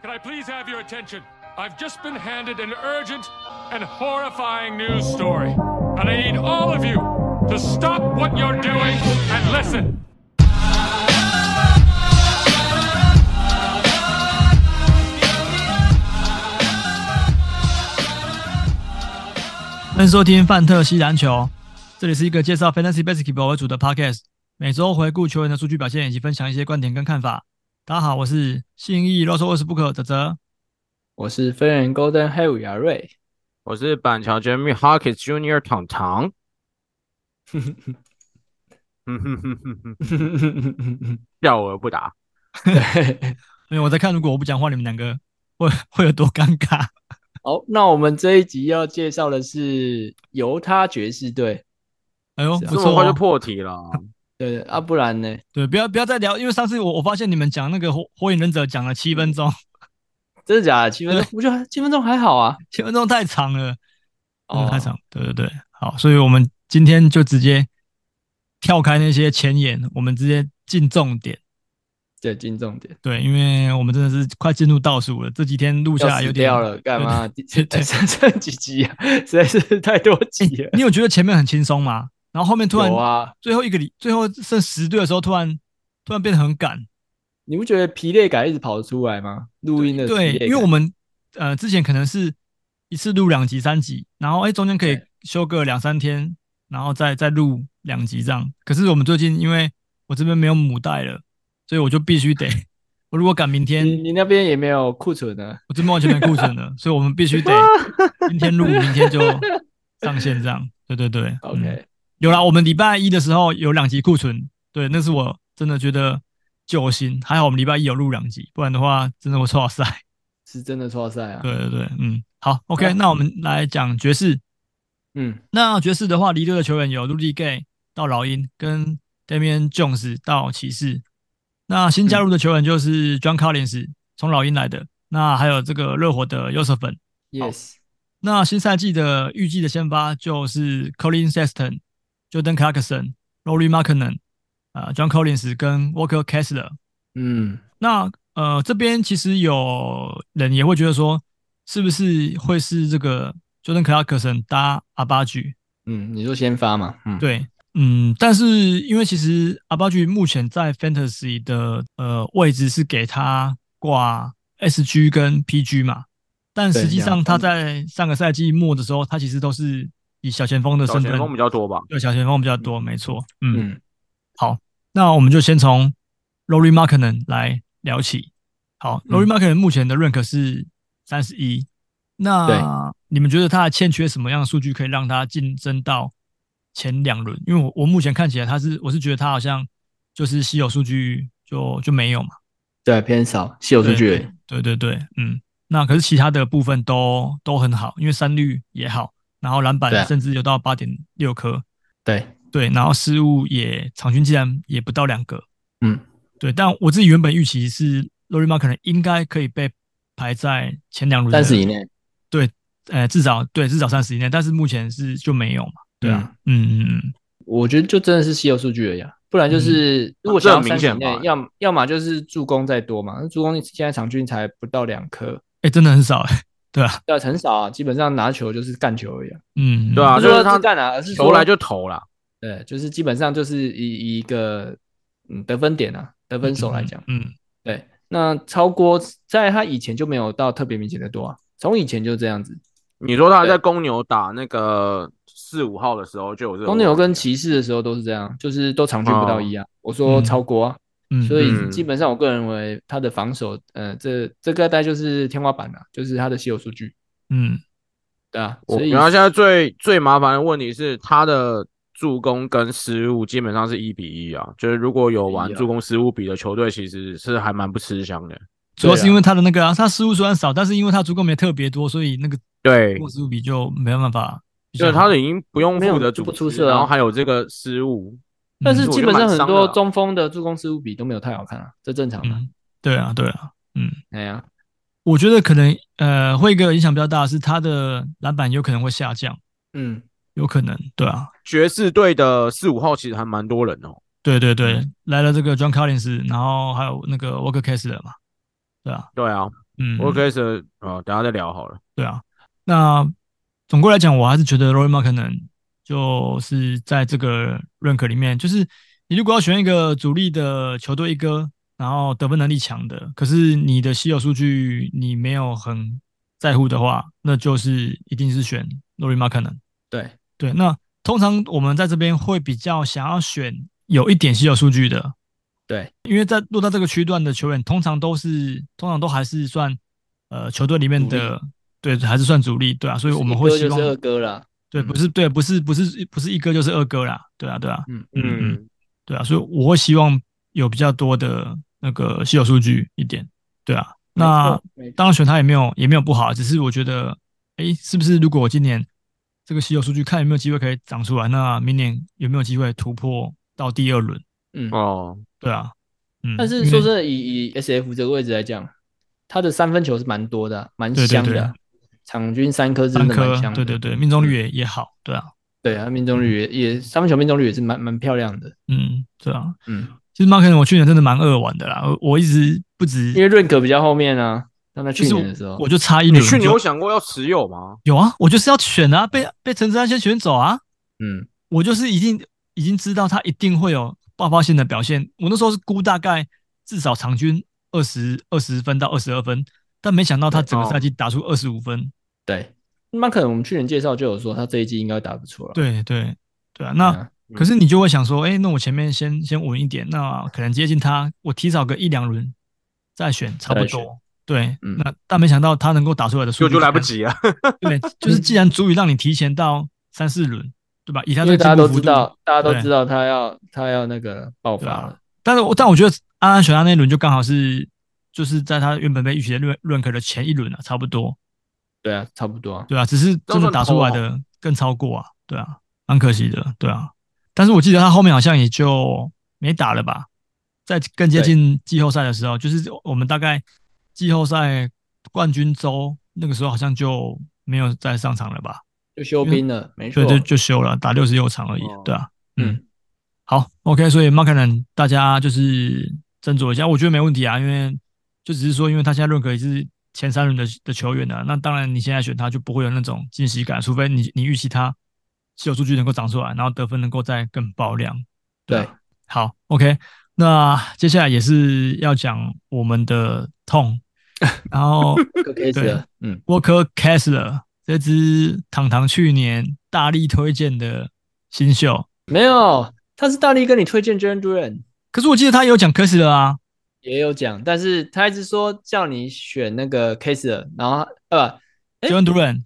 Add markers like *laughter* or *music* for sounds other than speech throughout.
can I please have your attention? I've just been handed an urgent and horrifying news story. And I need all of you to stop what you're doing and listen. 欢迎收听《范特西篮球》，这里是一个介绍 Fantasy Basketball 为主的 Podcast，每周回顾球员的数据表现以及分享一些观点跟看法。大家好，我是信义 Rose Westbrook 泽泽。我是飞人 Golden Hill 亚瑞， *laughs* 我是板桥 Jamie Hawkins Junior 糖糖。哼哼哼哼哼，笑我而不答。对，因为我在看，如果我不讲话，你们两个会会有多尴尬？好，那我们这一集要介绍的是犹他爵士队，哎呦，是啊不这么错、快就哦。破题了，对啊，不然呢？对，不要不要再聊，因为上次我我发现你们讲那个火火影忍者讲了七分钟， *laughs* 真的假的？七分钟，我觉得七分钟还好啊。七分钟太长了，真的哦太长。对对对，好，所以我们今天就直接跳开那些前言，我们直接进重点。对，进重点，对，因为我们真的是快进入倒数了，这几天录下要来有死点掉了，干嘛？对对这这几集啊，实在是太多哎集了。你有觉得前面很轻松吗？然后后面突然、有啊，最后一个里最后剩十队的时候，突然突然变得很赶。你不觉得疲累感一直跑出来吗？录音的疲对，累感因为我们呃之前可能是一次录两集、三集，然后哎、中间可以对休个两三天，然后再再录两集这样。可是我们最近因为我这边没有母带了，所以我就必须得， *laughs* 我如果赶明天，你你那边也没有库存呢，我这边完全没库存了，所以我们必须 *laughs* 得今天录，明天就上线这样。对对对 OK，、嗯有啦，我们礼拜一的时候有两集库存，对，那是我真的觉得救星，还好我们礼拜一有录两集，不然的话真的会错赛。是真的错赛啊。对对对，嗯，好，OK，、啊那我们来讲爵士。嗯，那爵士的话，离队的球员有 Rudy Gay 到老鹰，跟 Damian Jones 到骑士。那新加入的球员就是 John Collins 从老鹰来的，那还有这个热火的 y o s e p h n ，Yes，那新赛季的预计的先发就是 Colin Sexton、Jordan Clarkson、Rory m a r k n e n 呃 John Collins 跟 Walker Kessler。嗯，那呃，这边其实有人也会觉得说，是不是会是这个 Jordan Clarkson 搭阿巴举？嗯，你说先发嘛，嗯，对，嗯，但是因为其实阿巴举目前在 Fantasy 的呃位置是给他挂 SG 跟 PG 嘛，但对实际两上他方在上个赛季末的时候，他其实都是以小前锋的小身前份，锋比较多吧？对小前锋比较多，没错，嗯，嗯，那我们就先从 Lori m a r k n e n 来聊起。好、嗯 l o r i m a r k n e n 目前的 rank 是三十一。那你们觉得他还欠缺什么样的数据可以让他竞争到前两轮？因为我我目前看起来他是，我是觉得他好像就是稀有数据就就没有嘛。对，啊偏少，稀有数据而已。对对对，嗯。那可是其他的部分都都很好，因为三率也好，然后篮对啊板甚至有到八点六颗，对，对，然后失误也场均竟然也不到两个，嗯，对，但我自己原本预期是 l o r i m a 可能应该可以被排在前两轮的，三十以内，呃，至少对至少三十以内，但是目前是就没有嘛。对啊，嗯嗯嗯，我觉得就真的是稀有数据而已、啊，不然就是、如果嗯这想要很明三十以显吧内，要要么就是助攻再多嘛，那助攻现在场均才不到两颗，哎，真的很少哎，对啊，对啊，很少啊，基本上拿球就是干球而已、啊，嗯，对啊，不就是是说他自干啊，而是投说来就投了。对，就是基本上就是以以一个嗯得分点啊，得分手来讲，嗯，对，那超过在他以前就没有到特别明显的多啊，从以前就这样子，你说他对在公牛打那个四五号的时候就有这个公牛问跟题骑士的时候都是这样，就是都场均不到一啊，我说嗯超过啊。嗯，所以嗯基本上我个人认为他的防守，呃，这这个大概就是天花板了、就是他的稀有数据，嗯对啊，我所以然后现在最最麻烦的问题是他的助攻跟失误基本上是一比一啊，就是如果有1:1玩啊助攻失误比的球队，其实是还蛮不吃香的。主要是因为为他的那个啊，他失误虽然少，但是因为他足够没特别多，所以那个对过失误比就没有办法比较对，好。他已经不用没有负责就组不织，出色啊然后还有这个失误，但是嗯基本上很我觉得多蛮伤的啊中锋的助攻失误比都没有太好看啊，这正常的。嗯，对啊，对啊，哎呀，我觉得可能呃，会一个影响比较大的是他的篮板有可能会下降，嗯，有可能，对啊，爵士队的四五号其实还蛮多人哦。对对对，来了这个 John Collins，然后还有那个 Walker Kessler 嘛，对啊，对啊，嗯我开始呃，等下再聊好了。对啊，那总归来讲，我还是觉得 Roy m a r 可能就是在这个认可里面，就是你如果要选一个主力的球队一哥，然后得分能力强的，可是你的稀有数据你没有很在乎的话，那就是一定是选 Roy m a r 可能。对，对，那通常我们在这边会比较想要选有一点稀有数据的，对，因为在落到这个区段的球员，通常都是通常都还是算呃球队里面的对，还是算主力，对啊，所以我们会一哥希就是二嗯望哥了。对，不是对，不是不是不是一哥就是二哥啦，对啊对啊嗯，嗯嗯，对啊，所以我会希望有比较多的那个稀有数据一点，对啊，那没错当然选他也没有也没有不好，只是我觉得，诶，是不是如果我今年这个稀有数据看有没有机会可以长出来，那明年有没有机会突破到第二轮？嗯，哦，对啊，嗯，但是因为说真的，以以 S F 这个位置来讲，他的三分球是蛮多的啊，蛮香对对的对啊，场均三颗真三的蛮颗，香的。对对对，命中率也也好，对啊，对啊，命中率也也三分球命中率也是蛮蛮漂亮的。嗯，对啊。嗯，其实 m a r k 我去年真的蛮恶玩的啦，我我一直不止，因为润可比较后面啊，他在就去是年的时候，我就差一你轮去就，年有想过要持有吗？有啊，我就是要选啊，被被陈志安先选走啊，嗯我就是已经已经知道他一定会有爆发性的表现。我那时候是估大概至少场均二十二十分到二十二分，但没想到他整个赛季打出二十五分。对，那可能我们去年介绍就有说他这一季应该打不错了。对对对啊，哦对那、啊，可是你就会想说，哎、那我前面先先稳一点，那可能接近他，我提早个一两轮再选差不再多。对，嗯那但没想到他能够打出来的就数据就来不。及啊了。对，就是既然足以让你提前到三四轮，对吧？以他因为这个大家进步都幅知度，道，大家都对知道他要他要那个爆对发了啊。但是我但我觉得安安选他那一轮就刚好是就是在他原本被预期的认认可的前一轮啊，差不多，对啊，差不多啊。对啊，只是真的打出来这的更超过啊，对啊，蛮可惜的，对啊。但是我记得他后面好像也就没打了吧，在更接近季后赛的时候，就是我们大概季后赛冠军周那个时候好像就没有再上场了吧，就休兵了，没错对，。就就休了，打六十六场而已哦，对啊，嗯，好，OK，所以 m a r k n n 大家就是斟酌一下，我觉得没问题啊，因为就只是说，因为他现在认可也是前三轮的的球员啊，那当然你现在选他就不会有那种惊喜感，除非你你预期他稀有数据能够长出来，然后得分能够再更爆量。啊对，好，OK，那接下来也是要讲我们的痛，然后各 case 对了。嗯， Walker Kessler 这支糖糖去年大力推荐的新秀，没有，他是大力跟你推荐 j a n d r e n 可是我记得他也有讲 Kessler 啊。也有讲，但是他一直说叫你选那个 case 的，然后呃，不诶 John Duran，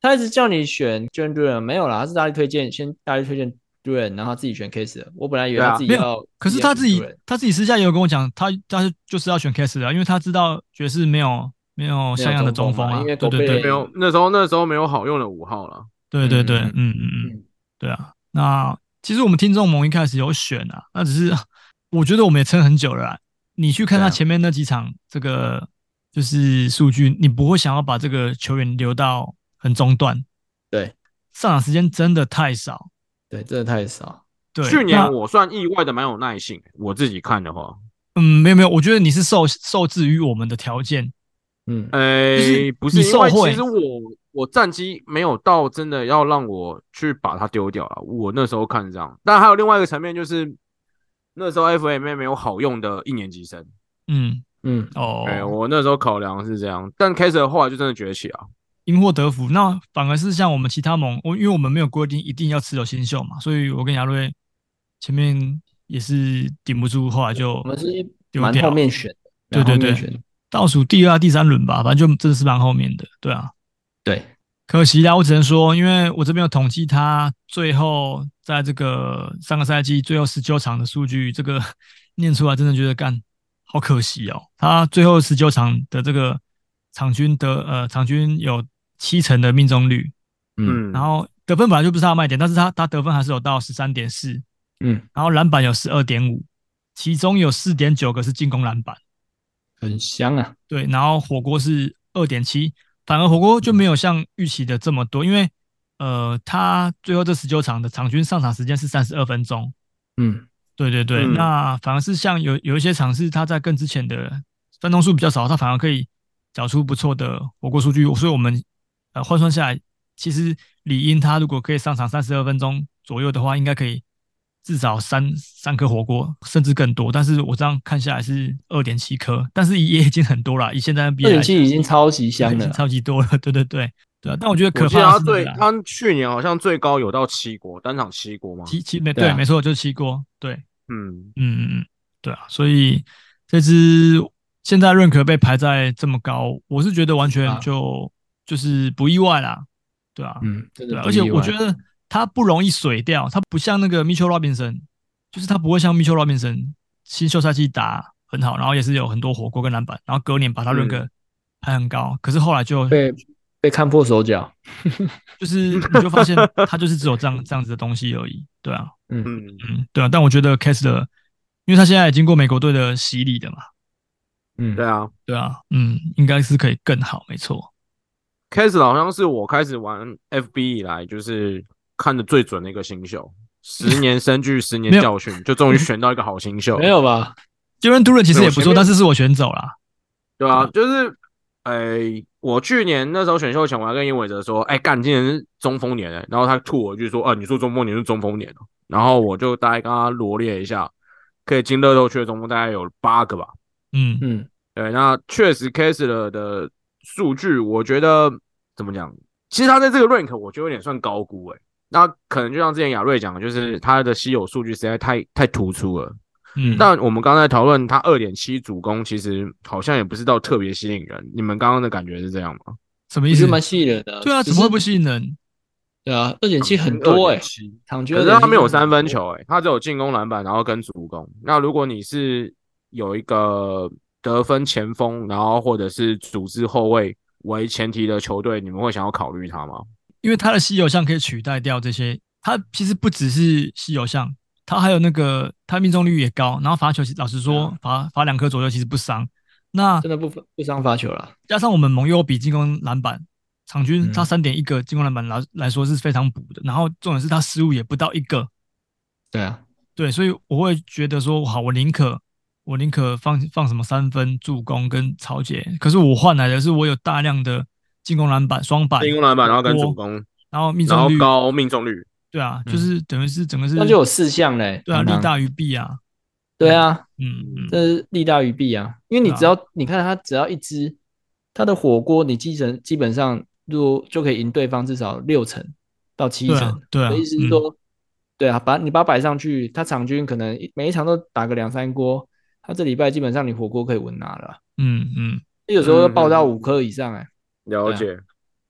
他一直叫你选 j a n d r e n 没有啦，他是大力推荐，先大力推荐 d r e n 然后他自己选 case 的。我本来以为对啊他自己没有要，可是要他自己 Duren 他自己私下也有跟我讲，他他就是要选 Kessler，因为啊他知道爵士没有没有像样的中锋啊，没有对中锋嘛对因为对没有，那时候那时候没有好用的五号了。对对对，嗯嗯嗯嗯，对啊。那其实我们听众盟一开始有选啊，那只是 *laughs* 我觉得我们也撑很久了啦。你去看对他啊前面那几场这个就是数据，你不会想要把这个球员留到很中段，对上场时间真的太少。对，真的太少。对，去那年我算意外的蛮有耐性，我自己看的话，嗯没有没有，我觉得你是受受制于我们的条件，嗯，就是哎，不你是因受为贿其实我我战绩没有到真的要让我去把它丢掉了。啊我那时候看是这样，但还有另外一个层面就是，那时候 FMA 没有好用的一年级生。嗯嗯，哦，哎、我那时候考量是这样，但 K 的后来就真的崛起啊。因祸得福。那反而是像我们其他盟，我因为我们没有规定一定要持有新秀嘛，所以我跟亚瑞前面也是顶不住，后来就我们是一丢蛮掉后面选对的，对蛮后对面选的倒数第二、第三轮吧，反正就真的是蛮后面的，对啊，对，可惜啦，我只能说，因为我这边有统计他最后 *laughs* 在这个上个赛季最后十九场的数据，这个念出来真的觉得干好可惜哦。他最后十九场的这个场均得呃场均有七成的命中率，嗯然后得分本来就不是他的卖点，但是他他得分还是有到十三点四，嗯，然后篮板有十二点五，其中有四点九个是进攻篮板，很香啊，对，然后火锅是二点七，反而火锅就没有像预期的这么多，因为呃，他最后这十九场的场均上场时间是三十二分钟，嗯对对对，嗯那反而是像有有一些场是他在更之前的分钟数比较少，他反而可以缴出不错的火锅数据，所以我们呃换算下来，其实理应他如果可以上场三十二分钟左右的话，应该可以至少三三颗火锅，甚至更多。但是我这样看下来是二点七颗，但是也已经很多了，以现在 NBA 二来点七已经超级讲香已了经啊，超级多了，对对对对啊。但我觉得可我记得怕他的是那啊最个啦他去年好像最高有到七国，单场七国吗？七七没对啊对，没错，就是七锅，对。嗯，嗯，嗯嗯，对啊，所以这支现在认可被排在这么高，我是觉得完全啊就、就是不意外啦，对啊，嗯，真对的啊，不而且意我外觉得他不容易水掉，他不像那个 Mitchell Robinson，就是他不会像 Mitchell Robinson 新秀赛季打很好，然后也是有很多火锅跟篮板，然后隔年把他认可排很高，可是后来就被被看破手脚，就是你就 *laughs* 发现他就是只有这样这样子的东西而已，对啊，嗯，嗯，嗯，对啊，但我觉得 Kessler，因为他现在也经过美国队的洗礼的嘛。嗯对啊对啊，嗯，应该是可以更好，没错。 ，Kessler 好像是我开始玩 FB 以来就是看的最准的一个新秀，十年生聚，十年没有教训，就终于选到一个好新秀。没有吧？ Jalen Duran 其实也不对我前面错，但是是我选走啦。对啊，就是，哎、我去年那时候选秀前，我还跟英伟哲说，哎、干，今年是中锋年、欸，然后他吐我一句说，啊，你说中锋年是中锋年哦、然后我就大概跟他罗列一下，可以进乐透区的中锋大概有八个吧，嗯，嗯，对，那确实 Kessler 的数据，我觉得怎么讲？其实他在这个 rank 我觉得有点算高估诶、那可能就像之前亚瑞讲的，就是他的稀有数据实在太太突出了。嗯，但我们刚才讨论他二点七主攻，其实好像也不是到特别吸引人。你们刚刚的感觉是这样吗？什么我意觉思得？蛮吸引人的，对啊，只怎么会是不吸引人？对啊，二点七很多哎， 2.7场均可是他没有2.7三分，球诶、他只有进攻篮板，然后跟主攻。那如果你是有一个得分前锋，然后或者是组织后卫为前提的球队，你们会想要考虑他吗？因为它的稀有项可以取代掉这些，它其实不只是稀有项，它还有那个它命中率也高，然后罚球，其实老实说，啊罚罚两颗左右其实不伤。那真的不不伤发球了，加上我们蒙优比进攻篮板场均嗯他三点一个进攻篮板来来说是非常补的，然后重点是他失误也不到一个，对啊，对，所以我会觉得说，好，我宁可我宁可放放什么三分、助攻跟超节，可是我换来的是我有大量的进攻篮板、双板，进攻篮板，然后跟主攻，然后命然中后率，高命中率。对啊，嗯就是等于是整个是那就有四项嘞，对啊，很利难大于弊啊，对啊，嗯嗯，这是利大于弊啊，因为你只要、你看他只要一支，他的火锅你基本基本上就就可以赢对方至少六成到七对成，啊，对啊我的意思是，说，对啊，把你把它摆上去，他场均可能每一场都打个两三锅，他这礼拜基本上你火锅可以稳拿了啊，嗯嗯有时候爆到嗯五颗以上哎、了对啊解，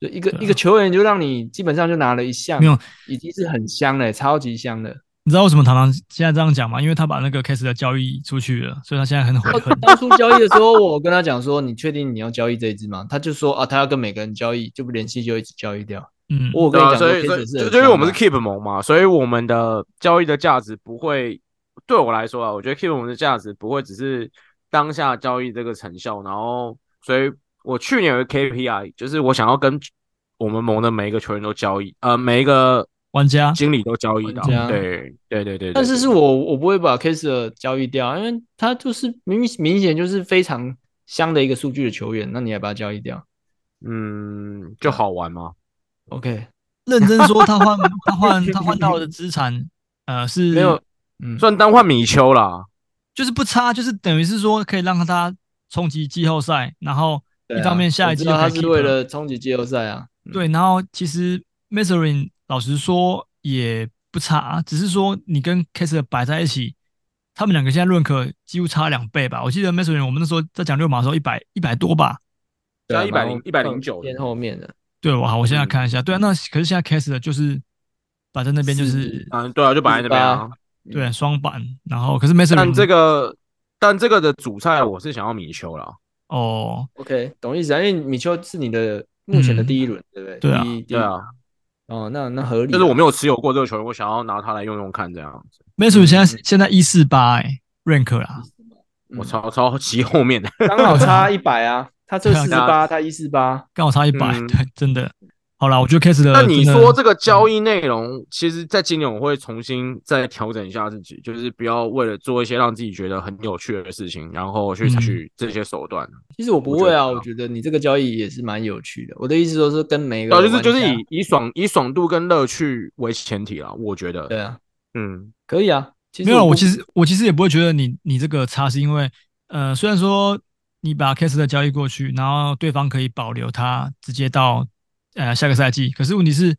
就一个、对啊一个球员就让你基本上就拿了一项，嗯，没有，已经是很香了欸、超级香的。。你知道为什么唐唐现在这样讲吗？因为他把那个 case 的交易出去了，所以他现在很悔 *laughs* 恨当初交易的时候，我跟他讲说，你确定你要交易这一只吗？他就说啊，他要跟每个人交易，就不联系就一起交易掉。嗯，我有跟对你啊，讲说所以所 Kaiser 以是就很就因为我们是香 keep 盟嘛，所以我们的交易的价值不会对我来说啊，我觉得 keep 盟的价值不会只是当下交易这个成效，然后所以我去年有个 KPI，就是我想要跟我们盟的每一个球员都交易，呃，每一个玩家经理都交易到，啊玩家对对对对对，但是对是我我不会把 Kaiser 交易掉，啊因为他就是明明明显就是非常香的一个数据的球员，那你还把他交易掉嗯，就好玩吗？ ？OK，认真说，他换他换他换到的资产，呃，是没有，嗯，算单换米丘啦，就是不差，就是等于是说可以让他冲击季后赛，然后对啊一方面下一季我知道他就可以是 keep 为了了冲击季后赛啊。嗯对，然后其实 m e s e r i n 老实说也不差，啊只是说你跟 Kessler 摆在一起，他们两个现在论可几乎差两倍吧。我记得 m e s e r i n 我们那时候在讲六马的时候一百一百多吧，对啊加100蛮后109的偏后面的，对我好，我现在嗯看一下，对啊，那可是现在 Kessler 就是摆在那边就是是嗯，对啊，就摆在那边啊。对双板，然后可是 m e s e r i 但 n 这个但这个的主菜我是想要米球啦，哦， OK，懂意思啊？因为米丘是你的目前的嗯第一轮，对不对？对啊第一，第一对啊，哦，那那合理啊。就是我没有持有过这个球员，我想要拿它来用用看这样子。梅楚现在现在一四八哎，rank 啦，嗯 *laughs* 我超超级后面的，刚好差一百啊，他这 *laughs* 对啊四十八，他一四八，刚好差一百，嗯 *laughs* 对，真的。好啦，我觉得 Case 的那真的，你说这个交易内容，其实在今年我会重新再调整一下自己，就是不要为了做一些让自己觉得很有趣的事情，然后去采嗯取这些手段。其实我不会啊，我我觉觉得你这个交易也是蛮有趣的。我的意思说是跟每一对啊，个就是就是玩家以以爽以爽度跟乐趣为前提啦，我觉对得，啊，嗯，可以啊。其实没有啦，我不其实我其实也不会觉得你你这个差，是因为呃，虽然说你把 Case 的交易过去，然后对方可以保留他，直接到呃下个赛季，可是问题是，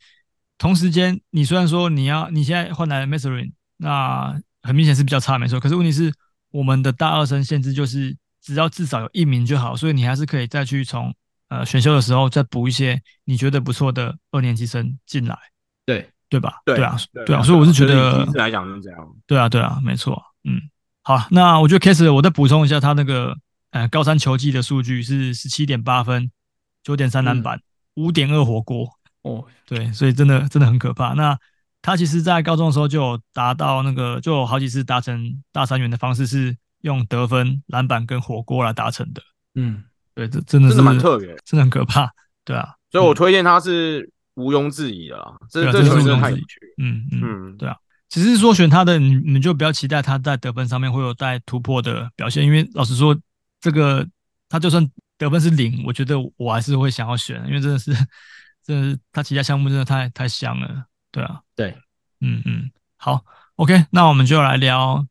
同时间你虽然说你要你现在换来 m e s e r i n 那很明显是比较差，没错，可是问题是我们的大二生限制就是只要至少有一名就好，所以你还是可以再去从呃选秀的时候再补一些你觉得不错的二年级生进来，对对吧？对啊，对啊，所以我是觉就得以机制来讲是这样，对啊，对啊，没错。嗯，好，那我觉得 Case 我再补充一下他那个呃高三球技的数据是十七点八分，九点三篮板，五点二火锅。哦，对，所以真的真的很可怕。那他其实，在高中的时候就有达到那个，就有好几次达成大三元的方式是用得分、篮板跟火锅来达成的。嗯，对，这真的是真的蛮特别的，真的很可怕。对啊，所以我推荐他是毋庸置疑的啦，这对啊这这是球员毋真的庸太置疑有趣，嗯嗯嗯，只是说选他的，你你就不要期待他在得分上面会有带突破的表现，因为老实说，这个他就算得分是零，我觉得我还是会想要选，因为真的是，真的是他其他项目真的太太香了，对啊，对，嗯嗯，好，OK，那我们就来聊，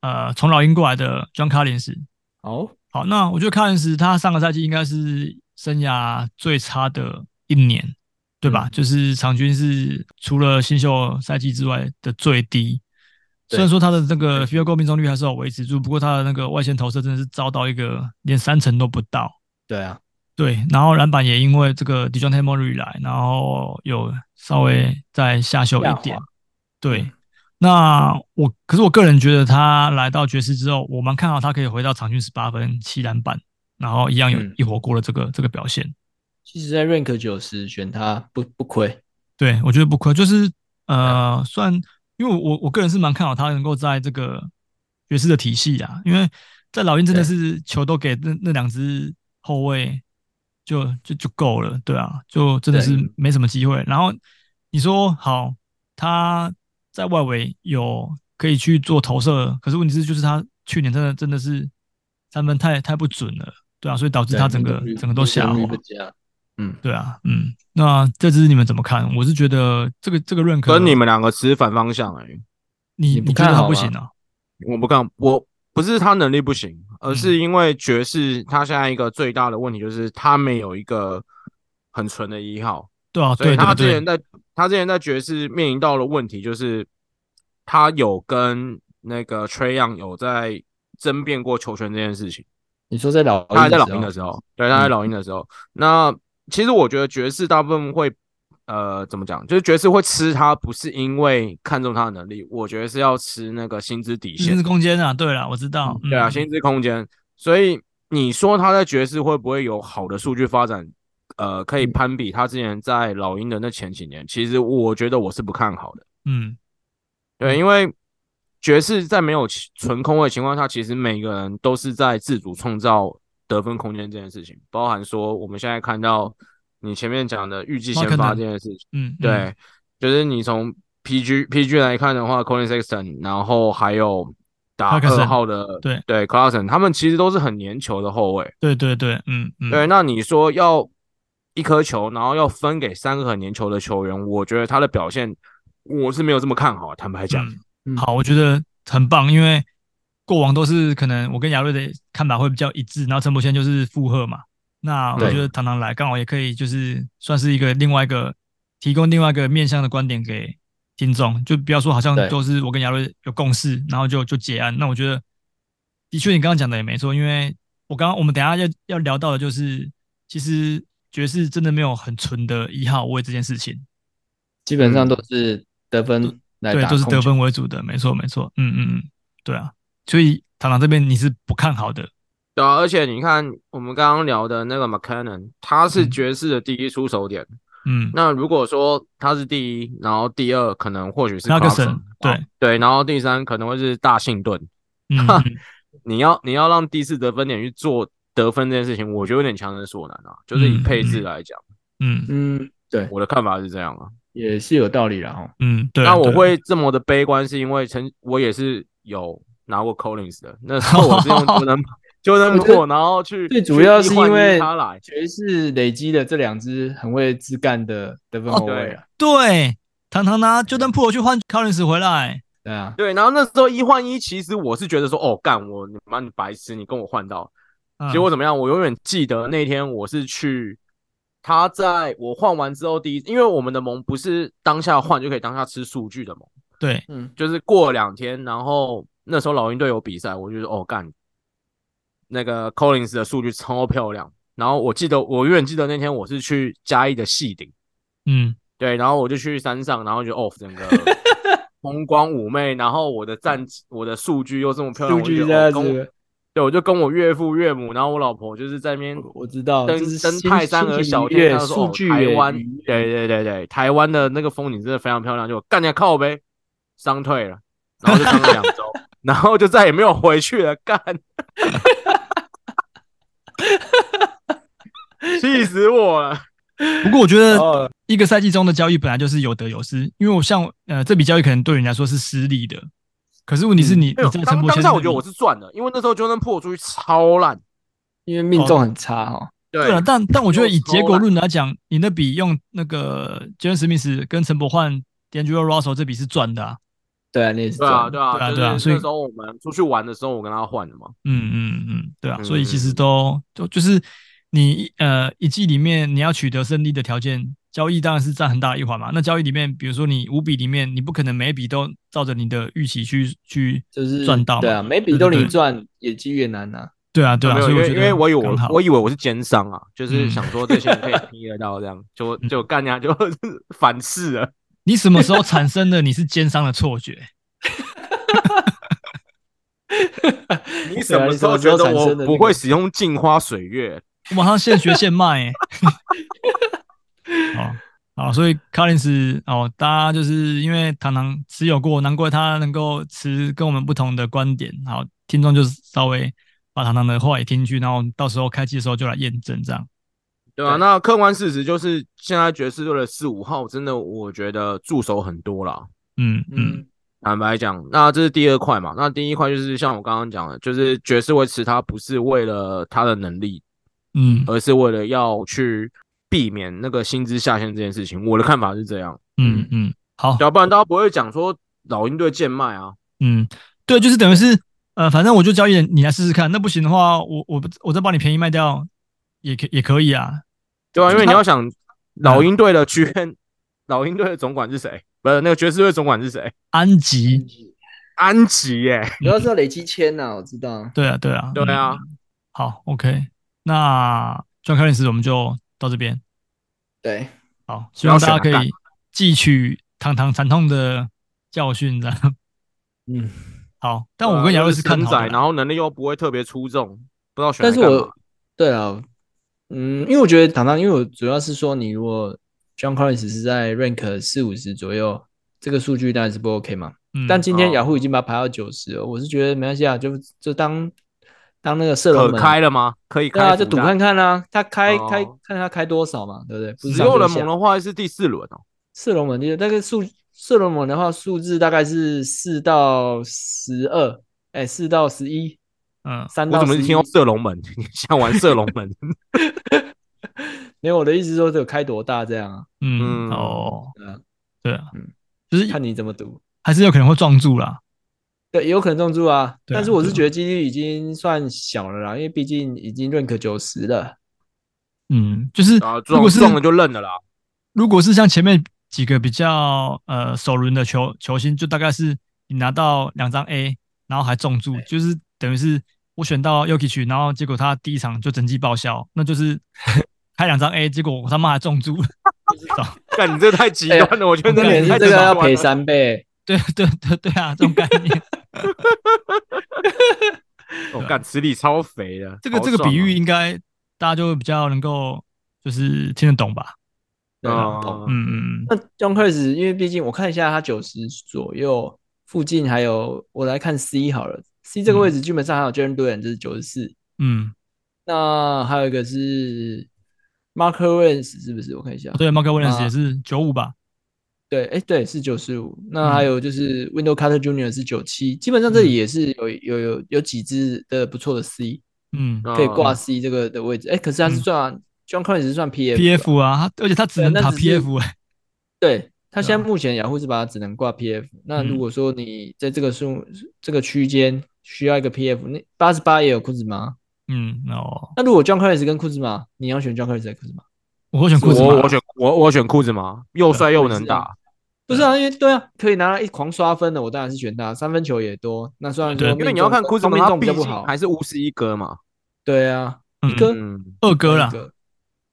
呃，从老鹰过来的 John Collins。好，好，那我觉得 Collins 他上个赛季应该是生涯最差的一年，对吧？就是场均是除了新秀赛季之外的最低。对虽然说他的那个 field goal 命中率还是有维持住，不过他的那个外线投射真的是遭到一个连三成都不到。对啊，对，然后篮板也因为这个 d j o n t e m o r y 来，然后有稍微再下修一嗯下点滑。嗯对，那我可是我个人觉得他来到爵士之后，我蛮看好他可以回到场均十八分、七篮板，然后一样有嗯一火锅的这个、这个表现。其实在 rank 九十选他不不亏，对我觉得不亏，就是呃，算因为我我个人是蛮看好他能够在这个爵士的体系啊，因为在老鹰真的是球都给那那两只后卫就就就够了，对啊，就真的是对没什么机会。然后你说好，他在外围有可以去做投射，可是问题是就是他去年真的真的是三分太太不准了，对啊，所以导致他整个对整个都下滑命。中率不佳嗯，对啊，嗯，那这支你们怎么看？我是觉得这个这个认可，跟你们两个持反方向哎、欸你你不你觉得看他好不吗行啊？我不看，我不是他能力不行，而嗯是因为爵士他现在一个最大的问题就是他没有一个很纯的一号，对啊，所以对他对之前对，在他之前在爵士面临到的问题就是他有跟那个 Trey Young 有在争辩过球权这件事情。你说在哦老他还在老鹰鹰的的时时候，候，对，嗯他在老鹰的时候。那其实我觉得爵士大部分会，呃，怎么讲？就是爵士会吃他，不是因为看中他的能力，我觉得是要吃那个薪资底薪线资，空间啊，对了，我知道，对啊，嗯薪资空间。所以你说他在爵士会不会有好的数据发展？呃，可以嗯攀比他之前在老鹰的那前几年，其实我觉得我是不看好的。嗯，对，因为爵士在没有其纯空位的情况下，其实每个人都是在自主创造得分空间这件事情，包含说我们现在看到你前面讲的预计先 Markkanen 发这件事情，嗯，嗯对，，就是你从 PG PG 来看的话，Colin Sexton，然后还有打 Clarkson，二号的对对 Clarkson，他们其实都是很粘球的后卫。对对对，嗯嗯，对，那你说要一颗球，然后要分给三个很粘球的球员，我觉得他的表现我是没有这么看好，坦白讲。嗯嗯好，我觉得很棒，因为过往都是可能我跟亚瑞的看法会比较一致，然后陈柏轩就是附和嘛。那我对觉得堂堂来刚好也可以，就是算是一个另外一个提供另外一个面向的观点给听众，就不要说好像对都是我跟亚瑞有共识，然后就就结案。那我觉得的确你刚刚讲的也没错，因为我刚刚我们等一下要要聊到的就是，其实爵士真的没有很纯的一号位这件事情。基本上都是得分来对，打，都是得，分为主的，没错没错，嗯嗯嗯，对啊，所以唐唐这边你是不看好的，对啊，而且你看我们刚刚聊的那个 McCannon，他是嗯爵士的第一出手点。嗯，那如果说他是第一，然后第二可能或许是 Clarkson， Clarkson，对哦对，然后第三可能会是大信顿。嗯，哈嗯你要你要让第四得分点去做得分这件事情，我觉得有点强人所难啊。就是以嗯配置嗯来讲，嗯嗯，对，我的看法是这样啊。也是有道理啦。哈。嗯，对啊。那我对啊会这么的悲观，是因为曾我也是有拿过 Collins 的，那时候我是用 *laughs* 就能就能我觉得破，然后去最主要是因为他来，爵士累积的这两支很会自干 *laughs* 的哦得分后卫啊，对，堂堂拿 Jordan p o o 去换 Collins 回来，对啊，对，然后那时候一换一，其实我是觉得说，哦，干我你妈你白痴，你跟我换到，嗯结果怎么样？我永远记得那天我是去他在我换完之后第一，因为我们的盟不是当下换就可以当下吃数据的盟，对，嗯，就是过两天，然后那时候老鹰队有比赛，我就说哦干，那个 Collins 的数据超漂亮。然后我记得我永远记得那天我是去嘉义的戏顶，嗯，对，然后我就去山上，然后就哦整个 *laughs* 风光妩媚，然后我的战绩我的数据又这么漂亮，嗯数我就据觉这得哦样跟我子，对，我就跟我岳父岳母，然后我老婆就是在那边我知道，登哦就是登心泰山而小天，月他说数哦据台也湾愉悦，对对对对，台湾的那个风景真的非常漂亮，就干点靠呗，伤退了，然后就伤了两周，然后就再也没有回去了，干， *laughs* 气死我了。不过我觉得哦，一个赛季中的交易本来就是有得有失，因为我像呃这笔交易可能对你来说是失利的，可是问题是你、哎你呦在陈当柏当谦下我觉得我是赚的，因为那时候 Jordan p o 出去超烂，因为命哦中很差哦哈，对了，但但我觉得以又超结果论来讲，你那笔用那个 j a m e Smith 跟陈柏换 d a n g e l Russell 这笔是赚的啊，对啊，你也是这对样，啊对对啊啊，对啊就是那所以时候我们出去玩的时候，我跟他换的嘛。嗯嗯嗯，对啊，嗯所以其实都就就是你呃一季里面你要取得胜利的条件，交易当然是占很大一环嘛。那交易里面，比如说你五笔里面，你不可能每一笔都照着你的预期去去就是赚到嘛。对啊，每笔对都对你对赚，也机越难呐，对啊对啊，没有所以因我为觉得因为我以为刚好我我以为我是奸商啊，就是嗯想说这些人可以听得到，这样就就干呀，就 *laughs* 反噬 *laughs* 了。你什么时候产生了你是奸商的错觉？啊你什么时候觉得我不会使用镜花水月？我马上现学现 *laughs* 卖、欸。好好，所以 Collins 哦，大家就是因为糖糖持有过，难怪他能够持跟我们不同的观点。好，听众就是稍微把糖糖的话也听进去，然后到时候开机的时候就来验证这样。对啊，对那客观事实就是，现在爵士队的四五号真的，我觉得助手很多啦。嗯嗯嗯，坦白讲，那这是第二块嘛。那第一块就是像我刚刚讲的，就是爵士维持他不是为了他的能力，嗯而是为了要去避免那个薪资下限这件事情。我的看法是这样。嗯嗯，好，要啊不然大家不会讲说老鹰队贱卖啊。嗯，对，就是等于是呃，反正我就交易人，你来试试看。那不行的话，我我不我再帮你便宜卖掉，也可也可以啊。对啊，因为你他要想老鹰队的区分，老鹰队的总管是谁？不是那个爵士队总管是谁？安嗯吉，安吉耶、主要是要累积签呐，我知道，对啊对啊，对啊嗯好，OK，那 John Collins 我们就到这边。对，好，希望不大要啊家选可了以汲取堂堂惨痛的教训，这样。 *laughs* 嗯，好，但我跟杨瑞瑞是看好仔，的然啦。后能力又不会特别出众，不知道选来但干是嘛。我对啊，嗯，因为我觉得糖糖，因为我主要是说，你如果 John Collins 是在 rank 四五十左右，这个数据当然是不 OK 嘛。嗯但今天哦雅虎已经把它排到九十了，我是觉得没关系啊，就就当当那个射龙可门，开了吗？可以对开啊，福就赌袋看。看啊，他开开哦看他开多少嘛，对不对？不是十上就六人下盟的话是第四轮哦，射龙门，就是大概数射龙门的话，数字大概是四到十二，哎，四到十一，嗯，三我到怎么十是一听。到射龙门？ *laughs* 像玩射龙 *laughs* 门，没有，我的意思是说，这个开多大这样啊？嗯嗯哦对啊，对啊嗯，就是 *laughs* 看你怎么赌。还是有可能会撞住啦。对，也有可能中注啊，对啊但是我对是啊觉得几率已经算小了啦，因为毕竟已经认可九十了。嗯，就是啊，如撞果是撞了就认了啦。如果是像前面几个比较呃首轮的球球星，就大概是你拿到两张 A，然后还中注，就是等于是我选到 Yuki 区，然后结果他第一场就整季报销，那就是开两张 A，结果我他妈还中注，就是这 *laughs* 种干，你这太极端了，我觉得重那点也是太哎这极个端要了赔三倍，对对对对啊，这种概念。我哦干池里超肥的，这个好这个爽比哦喻应该大家就比较能够就是听得懂吧？对啊，哦懂。嗯嗯那 John Curtis，因为毕竟我看一下他九十左右附近，还有我来看 C 好了，C 这个位置基本上还有 Jaren Duran 就是九十四，嗯，那还有一个是 Mark Williams 是不是？我看一下，嗯对 m a r k Williams 啊也是九五吧？对，哎，对，是九十五。嗯那还有就是 Window Carter Junior 是九七，基本上这里也是有有有有几支的不错的 C 嗯哦可以挂 C 这个的位置。哎，可是他是嗯算、John Collins 是算 PF 吧，PF 啊，他而且他只能对那打只是 PF 哎，对他现对嗯在目前雅虎是把它只能挂 PF。那嗯如果说你在这个数这个区间需要一个 PF，那八十八也有库兹马。嗯哦，那如果 John Collins 跟库兹马，你要选 John Collins 还是库兹马？我会选 *laughs* 裤子我嘛我，选我我选裤子嘛，又帅又能打，不是啊，因为对啊，可以拿来一狂刷分的，我当然是选他，三分球也多。那虽然说对因为命你要中看裤子方嘛，命他中比毕较不竟好，还是巫师一哥嘛，对啊，嗯一哥嗯，二哥啦一，哥，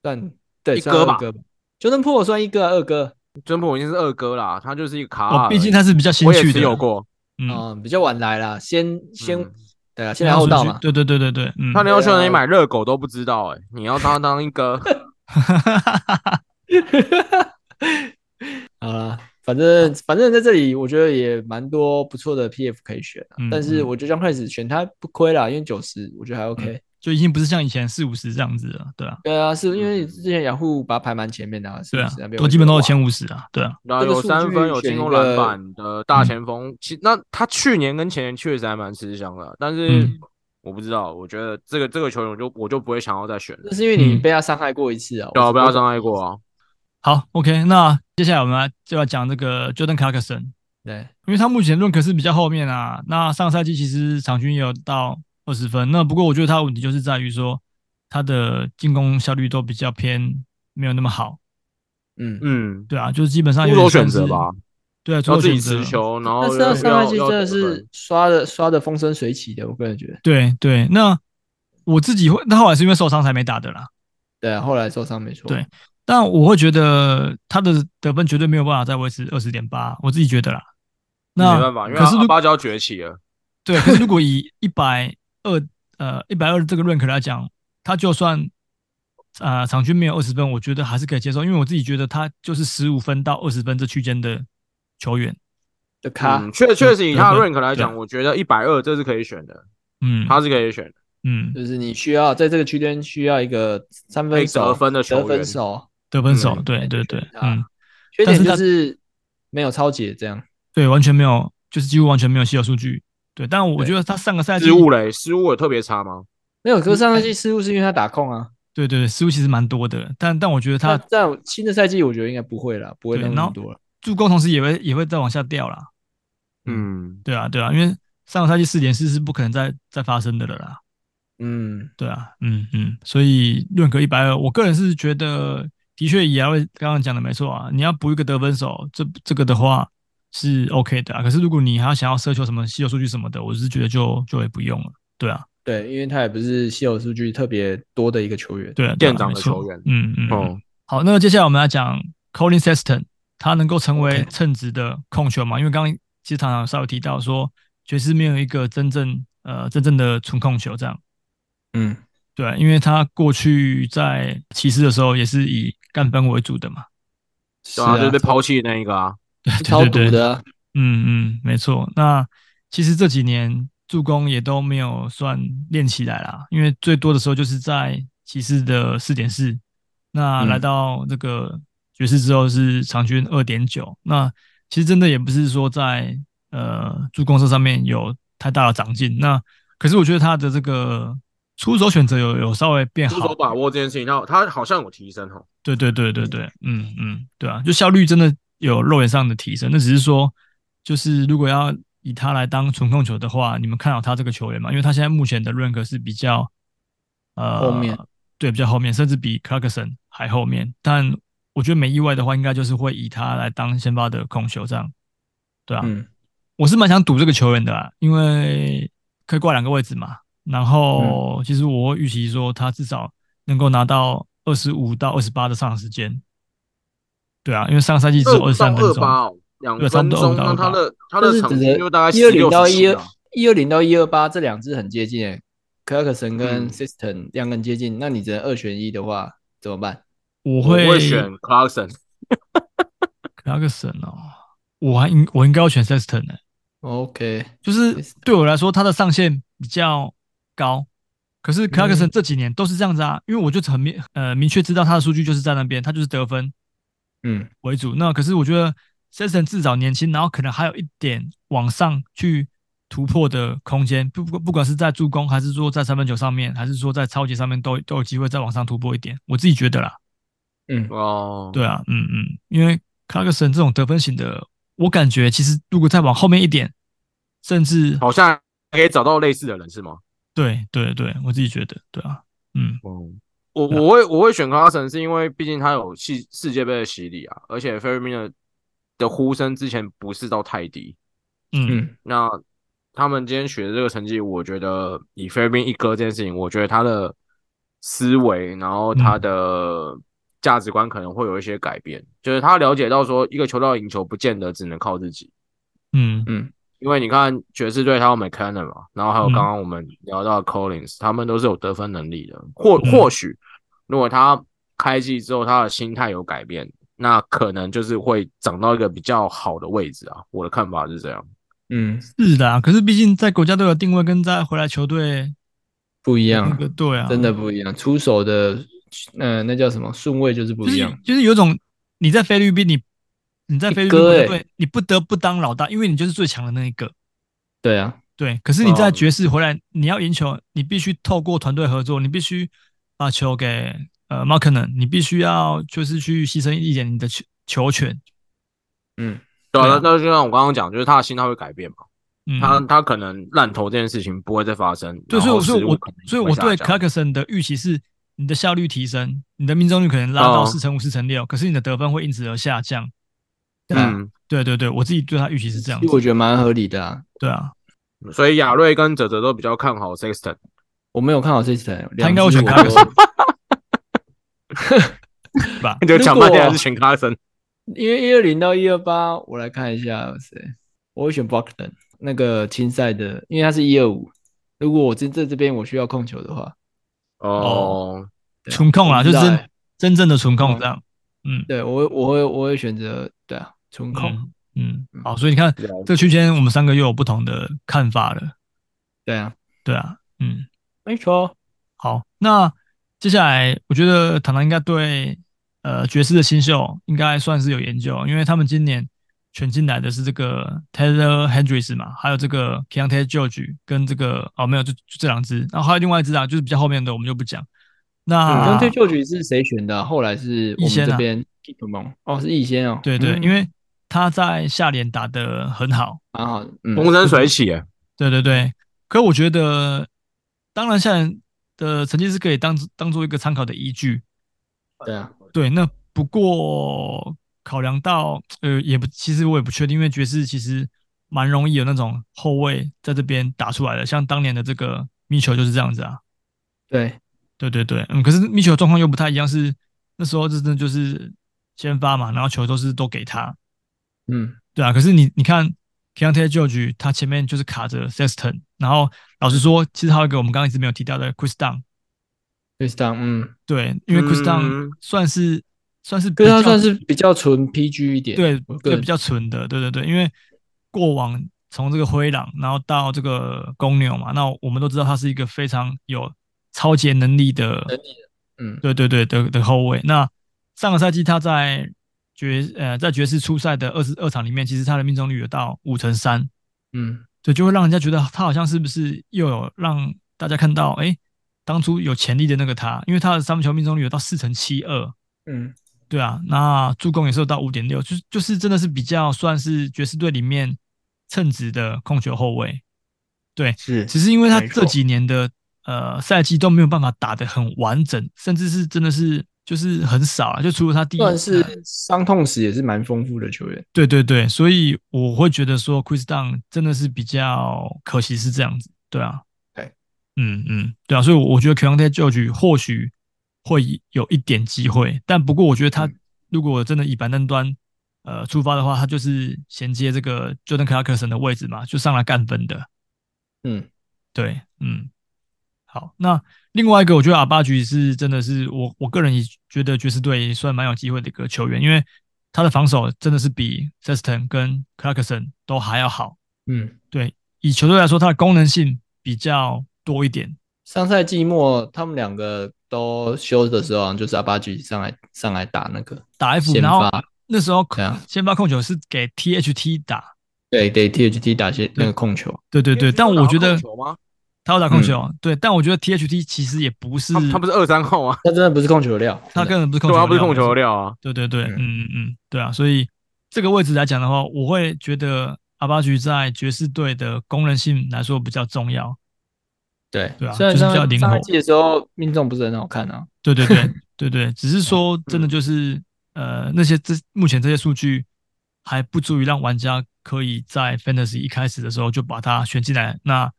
但对一算哥二吧哥吧，就能破我算一哥啊，二哥尊普已经是二哥啦，他就是一个卡哦，尔，欸毕竟他是比较新啊我去也的，持有过，嗯，啊，比较晚来啦，先先嗯对啊，先来后到嘛，对对对对对，嗯，他连要去哪对里啊买热狗都不知道哎，你要他当一哥，好啦，反正反正在这里，我觉得也蛮多不错的 PF 可以选啊、嗯但是嗯我觉得刚开始选它不亏啦，因为九十我觉得还 OK。就已经不是像以前四五十这样子了，对啊，对啊，是因为之前雅虎把它排蛮前面的、啊，是对不啊是？那，边都基本都有前五。五十啊，对啊，然后这个有数三据分，有选进一攻个篮板的大嗯前锋，其那他去年跟前年确实还蛮吃香的，啊但是嗯我不知道，我觉得这个这个球员我就我就不会想要再选了那，是因为你嗯被他伤害过一次啊，对啊，我被他伤害过。啊，好，OK，那接下来我们来就要讲这个 Jordan Clarkson，对，因为他目前论可是比较后面啊。那上赛季其实场均也有到二十分，那不过我觉得他的问题就是在于说他的进攻效率都比较偏没有那么好，嗯，嗯，对啊，就是基本上出有手点选像是择吧，，对啊，出要手自己选择持，球，然后但是他要上赛季要真的要得是分刷的刷的风生水起的，我个人觉得。对对。那我自己会，那后来是因为受伤才没打的啦。对啊，后来受伤没错。对但我会觉得他的得分绝对没有办法再维持二十点八，我自己觉得啦。那没办法，因为啊可是阿如巴就要崛起了，对，可是如果以一百二呃一百二这个 rank 来讲，他就算呃场均没有二十分，我觉得还是可以接受，因为我自己觉得他就是十五分到二十分这区间的球员。就卡、嗯，确确实以他的得分 rank 来讲，对我觉得一百二这是可以选的，嗯，他是可以选的，嗯，就是你需要在这个区间需要一个三可以分手得分的球得员，分手，得分手，嗯对对对，嗯，缺但点是就他是没有超解这样。对，完全没有，就是几乎完全没有稀有数据。对，但我对觉得他上个赛季失误嘞，失误有特别差吗？没有，可嗯是上哎赛季失误是因为他打控啊。对对对，失误其实蛮多的，但但我觉得他他在新的赛季，我觉得应该不会了，不会对那然么后多了。助攻同时也会也会再往下掉啦。嗯，对啊对啊，因为上个赛季四点四是不可能再再发生的了啦。嗯，对啊，嗯嗯，所以论格一百二，我个人是觉得，的确也要刚刚讲的没错啊，你要补一个得分手，这这个的话是 OK 的啊。可是如果你还要想要奢求什么稀有数据什么的，我是觉得就就也不用了。对啊，对，因为他也不是稀有数据特别多的一个球员。对啊，对啊店长没的错球员嗯嗯。哦嗯，好，那接下来我们来讲 Colin Sexton，他能够成为 OK 称职的控球嘛？因为刚刚其实常常稍微提到说，爵士没有一个真正呃真正的纯控球这样。嗯，对，啊因为他过去在骑士的时候也是以干分为主的嘛。是对啊，就是 *laughs* 被抛弃的那一个啊，对超对毒对对，的啊。嗯嗯，没错。那其实这几年助攻也都没有算练起来啦，因为最多的时候就是在骑士的四点四，那嗯来到这个爵士之后是场均二点九。那其实真的也不是说在呃助攻这上面有太大的长进。那可是我觉得他的这个出手选择有有稍微变出哎好手，把握这件事情，他他好像有提升哦。对对对对对，嗯嗯，对啊，就效率真的有肉眼上的提升。那只是说，就是如果要以他来当纯控球的话，你们看好他这个球员嘛？因为他现在目前的 rank 是比较呃后面，对，比较后面，甚至比 Clarkson 还后面。但我觉得没意外的话，应该就是会以他来当先发的控球这样。对啊，嗯，我是蛮想赌这个球员的啦，因为可以挂两个位置嘛。然后嗯其实我会预期说他至少能够拿到二十五到二十八的上场时间。对啊，因为上个赛季只有二三到分二钟。八哦，两差不分多钟， 2到那他2的他但的是场只均能就大概一二十零六到一十二啊，一二零到一二八这两只很接近、欸，克拉克森跟嗯 System 量更接近，那你只能二选一的话怎么办？我我会会选 Clarkson，克个神哦，我还应我应该要选 Sexton 呢、 OK，就是对我来说，他的上限比较高。可是嗯 Clarkson 这几年都是这样子啊，因为我就很明呃明确知道他的数据就是在那边，他就是得分嗯，为主。那可是我觉得 Sexton 至少年轻，然后可能还有一点往上去突破的空间，不不不管是在助攻，还是说在三分球上面，还是说在超级上面，都都有机会再往上突破一点。我自己觉得啦。嗯，哦，对啊，嗯嗯，因为 Clarkson 这种得分型的，我感觉其实如果再往后面一点，甚至好像可以找到类似的人是吗？对对对，我自己觉得对啊，嗯哦，我我会我会选 Clarkson 是因为毕竟他有世世界杯的洗礼啊，而且 f e r m i n 的呼声之前不是到太低，嗯嗯那他们今天取得这个成绩，我觉得以菲律宾一哥这件事情，我觉得他的思维，然后他的价值观可能会有一些改变，就是他了解到说，一个球队赢球不见得只能靠自己，嗯嗯因为你看爵士队他有 McCann 嘛，然后还有嗯刚刚我们聊到的 Collins，、他们都是有得分能力的，或嗯或许如果他开季之后他的心态有改变，那可能就是会涨到一个比较好的位置啊，我的看法是这样。嗯，是的啊。可是毕竟在国家队的定位跟在回来球队不一那样，个对啊，真的不一样，出手的，呃，那叫什么顺位就是不就一是样，就是有种你在菲律宾你你在菲律宾一哥国家欸队你不得不当老大，因为你就是最强的那一个。对啊，对，可是你在嗯爵士回来，你要赢球，你必须透过团队合作，你必须把球给呃 m a r k e n 你必须要就是去牺牲一点你的球球权。嗯对啊，对啊那那就像我刚刚讲，就是他的心态会改变嘛，嗯，他他可能烂头这件事情不会再发生，对，所以我所以我所以我对可 Clarkson 的预期是，你的效率提升，你的命中率可能拉到哦四成五、四成六，可是你的得分会因此而下降。对啊，嗯，对对对，我自己对他预期是这样其实我子。觉得蛮合理的啊，对啊，所以亚瑞跟哲哲都比较看好 Sexton， *laughs* 我没有看好这次，他应该会选两只我都对吧？就讲半天还是选 Clarkson， *laughs* 因为一二零到一二八，我来看一下有谁，我会选 Buckton 那个青赛的，因为他是一二五。如果我真在这边我需要控球的话，哦，对啊纯控啦，我就不是知道真欸真正的纯控嗯这样。嗯，对我会我会我会选择对啊，纯控、嗯，嗯，好，所以你看对啊这个区间，我们三个又有不同的看法了。对啊，对啊，嗯，没错，好，那接下来我觉得唐唐应该对呃爵士的新秀应该算是有研究，因为他们今年选进来的是这个 Taylor Hendricks 嘛，还有这个 Keontae George 跟这个哦没有就就这两只，然后还有另外一只啊，就是比较后面的我们就不讲。那刚退旧局是谁选的啊、后来是我逸仙们啊这边 k i p m o n 哦，是逸仙哦，对对，嗯因为他在下联打得很好，蛮好的，嗯，风生水起耶，对对对，可我觉得，当然现在的成绩是可以当当做一个参考的依据。对啊，对，那不过考量到呃，也不，其实我也不确定，因为爵士其实蛮容易有那种后卫在这边打出来的，像当年的这个密球就是这样子啊。对，对对对，嗯，可是密球的状况又不太一样，是那时候真的就是先发嘛，然后球都是都给他，嗯对啊，可是你你看 Keontae George，他前面就是卡着 Sexton，然后老实说，其实还有一个我们刚刚一直没有提到的 Chris Dunn，就是这样，嗯，对，因为 Chris 嗯 Dunn 算是、算是比可是他较算是比较纯 PG 一点，对我个对人比较纯的，对对对，因为过往从这个灰狼，然后到这个公牛嘛，那我们都知道他是一个非常有超节能力的能力的，嗯对对对的的后卫。那上个赛季他在爵呃在爵士初赛的二十二场里面，其实他的命中率有到五成三，嗯，对，就会让人家觉得他好像是不是又有让大家看到，哎，当初有潜力的那个他，因为他的三分球命中率有到四成七二，嗯对啊，那助攻也是有到五点六，就是就是真的是比较算是爵士队里面称职的控球后卫。是只是因为他没这错几年的呃赛季都没有办法打得很完整，甚至是真的是就是很少啊，就除了他第一算是伤痛史也是蛮丰富的球员。对对对，所以我会觉得说 Chris Dunn 真的是比较可惜是这样子，对啊，对，嗯嗯，对啊，所以我觉得 k e o n t e George 或许会有一点机会，但不过我觉得他嗯如果真的以板凳端呃出发的话，他就是衔接这个 Jordan Clarkson 的位置嘛，就上来干分的，嗯，对，嗯，好，那另外一个，我觉得阿巴局是真的是我我个人也觉得爵士队算蛮有机会的一个球员，因为他的防守真的是比 Sexton 跟 Clarkson 都还要好。嗯，对，以球队来说，它的功能性比较多一点。上赛季末他们两个都休的时候，好像就是阿巴吉上来上来打那个打 F，先嗯然后发，那时候对啊先发控球是给 THT 打，对对 THT 打些那个控球，对对对，但我觉打得控球吗？他要打控球，嗯对，但我觉得 THT 其实也不是他他不是二三号吗？他真的不是控球料，他真的根本不是嗯控对球啊，料，他不是控球料啊。对对对，嗯嗯嗯嗯，对啊，所以这个位置来讲的话，我会觉得阿巴局在爵士队的功能性来说比较重要。对对啊虽然就是上比较灵活上一季的时候命中不是很好看啊，对对对对对，只是说真的就是呃那些这目前这些数据还不足以让玩家可以在 Fantasy 一开始的时候就把它选进来。那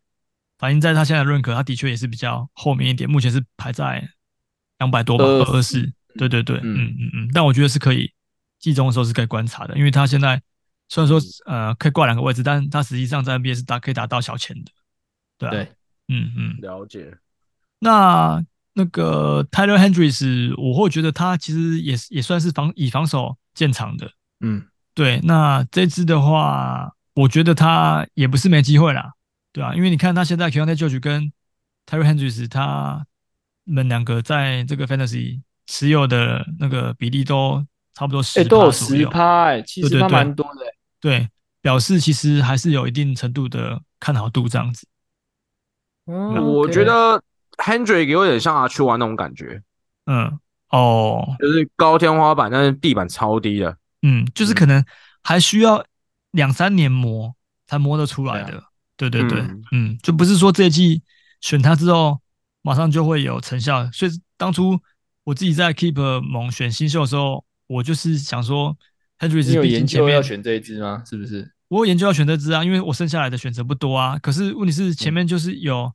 反映在他现在的认可，他的确也是比较后面一点，目前是排在两百多吧，呃二二四。对对对，嗯嗯嗯嗯，但我觉得是可以季中的时候是可以观察的，因为他现在虽然说呃可以挂两个位置，但他实际上在 NBA 是打可以打到小前的，对啊，对，嗯嗯，了解，那那个 Tyler Hendricks，我会觉得他其实也是也算是防以防守见长的。嗯，对，那这支的话，我觉得他也不是没机会啦，对啊，因为你看他现在 k e o n t George 跟 Tyler Hendricks，他们两个在这个 Fantasy 持有的那个比例都差不多十哎，都有左十右。趴，哎，其对实对他对蛮多的欸，对，表示其实还是有一定程度的看好度这样子。嗯我觉得 Hendry 有点像阿丘玩那种感觉，嗯，哦，就是高天花板，但是地板超低的。嗯，就是可能还需要两三年磨才磨得出来啊的。对对对，嗯嗯就不是说这一季选他之后马上就会有成效。所以当初我自己在 Keep 猛选新秀的时候，我就是想说 Henry 你是有毕研竟前究要面选这一支吗？是不是？我有研究要选这支啊，因为我剩下来的选择不多啊。可是问题嗯是前面就是有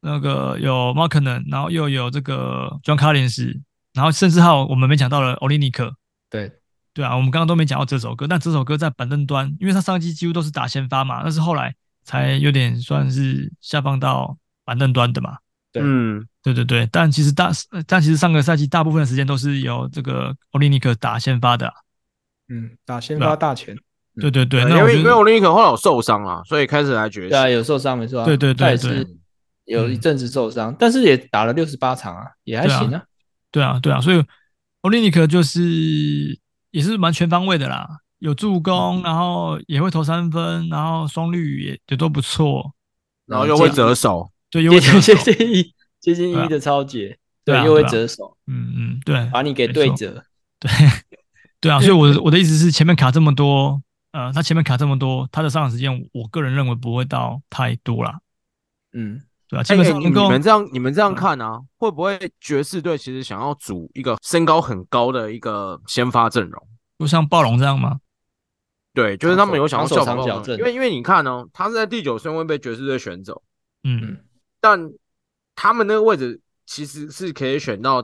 那个有 m a r k n e n 然后又有这个 John Collins，然后甚至还有我们没讲到的 o l i n i k 对，对啊，我们刚刚都没讲到这首歌，但这首歌在板凳端，因为他上一季几乎都是打先发嘛，但是后来才有点算是下放到板凳端的嘛。对嗯，对对对，但其实大，呃但其实上个赛季大部分的时间都是由这个欧利尼克打先发的啊、嗯，打先对啊发大前，嗯对对对，因那我为觉因为得我林可后来有受伤了，所以开始来觉对啊，醒。有受伤没错啊，对对对他也对是有一嗯阵子受伤，但是也打了六十八场啊，也还对啊行啊，对啊对啊，所以欧利尼克就是也是蛮全方位的啦，有助嗯攻，然后也会投三分，然后双率也也都不错，然后又会接折手， *laughs* 对，又会接投近接手近一接近对啊一的超解，对啊又会对啊折手，嗯嗯对，把你给没对错折，对，对啊，所以我的我的意思是，前面卡这么多，呃，他前面卡这么多，他的上场时间，我个人认为不会到太多啦，嗯，对啊，基哎本哎上嗯你能够，们这样，你们这样看啊，会不会爵士队其实想要组一个身高很高的一个先发阵容？就像暴龙这样吗？对，就是他们有想要防守效仿防守暴龙阵因为因为你看哦，他是在第九顺位被爵士队选走，嗯嗯但他们那个位置其实是可以选到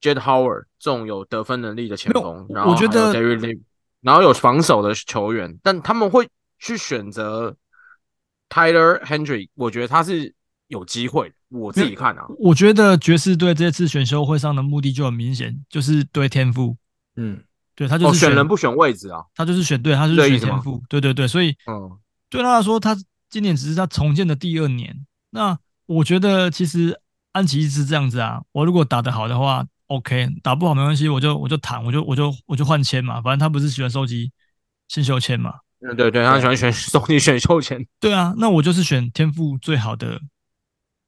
Jed Howard 这种有得分能力的前锋，然后我觉得还有 David Lee，然后有防守的球员，但他们会去选择 Tyler Hendry，我觉得他是有机会的，我自己看啊，我觉得爵士队这次选秀会上的目的就很明显，就是对天赋，嗯，对他就哦，是选,、选人不选位置啊，他就是选对，他就是这意选思吗天赋，对对对，所以嗯，对他来说，他今年只是他重建的第二年。那我觉得其实安琪是这样子啊，我如果打得好的话，OK；打不好没关系，我就我就躺，我就我就我就换签嘛。反正他不是喜欢收集新秀签嘛。嗯对对，他喜欢选 *laughs* 送你选秀前，对啊，那我就是选天赋最好的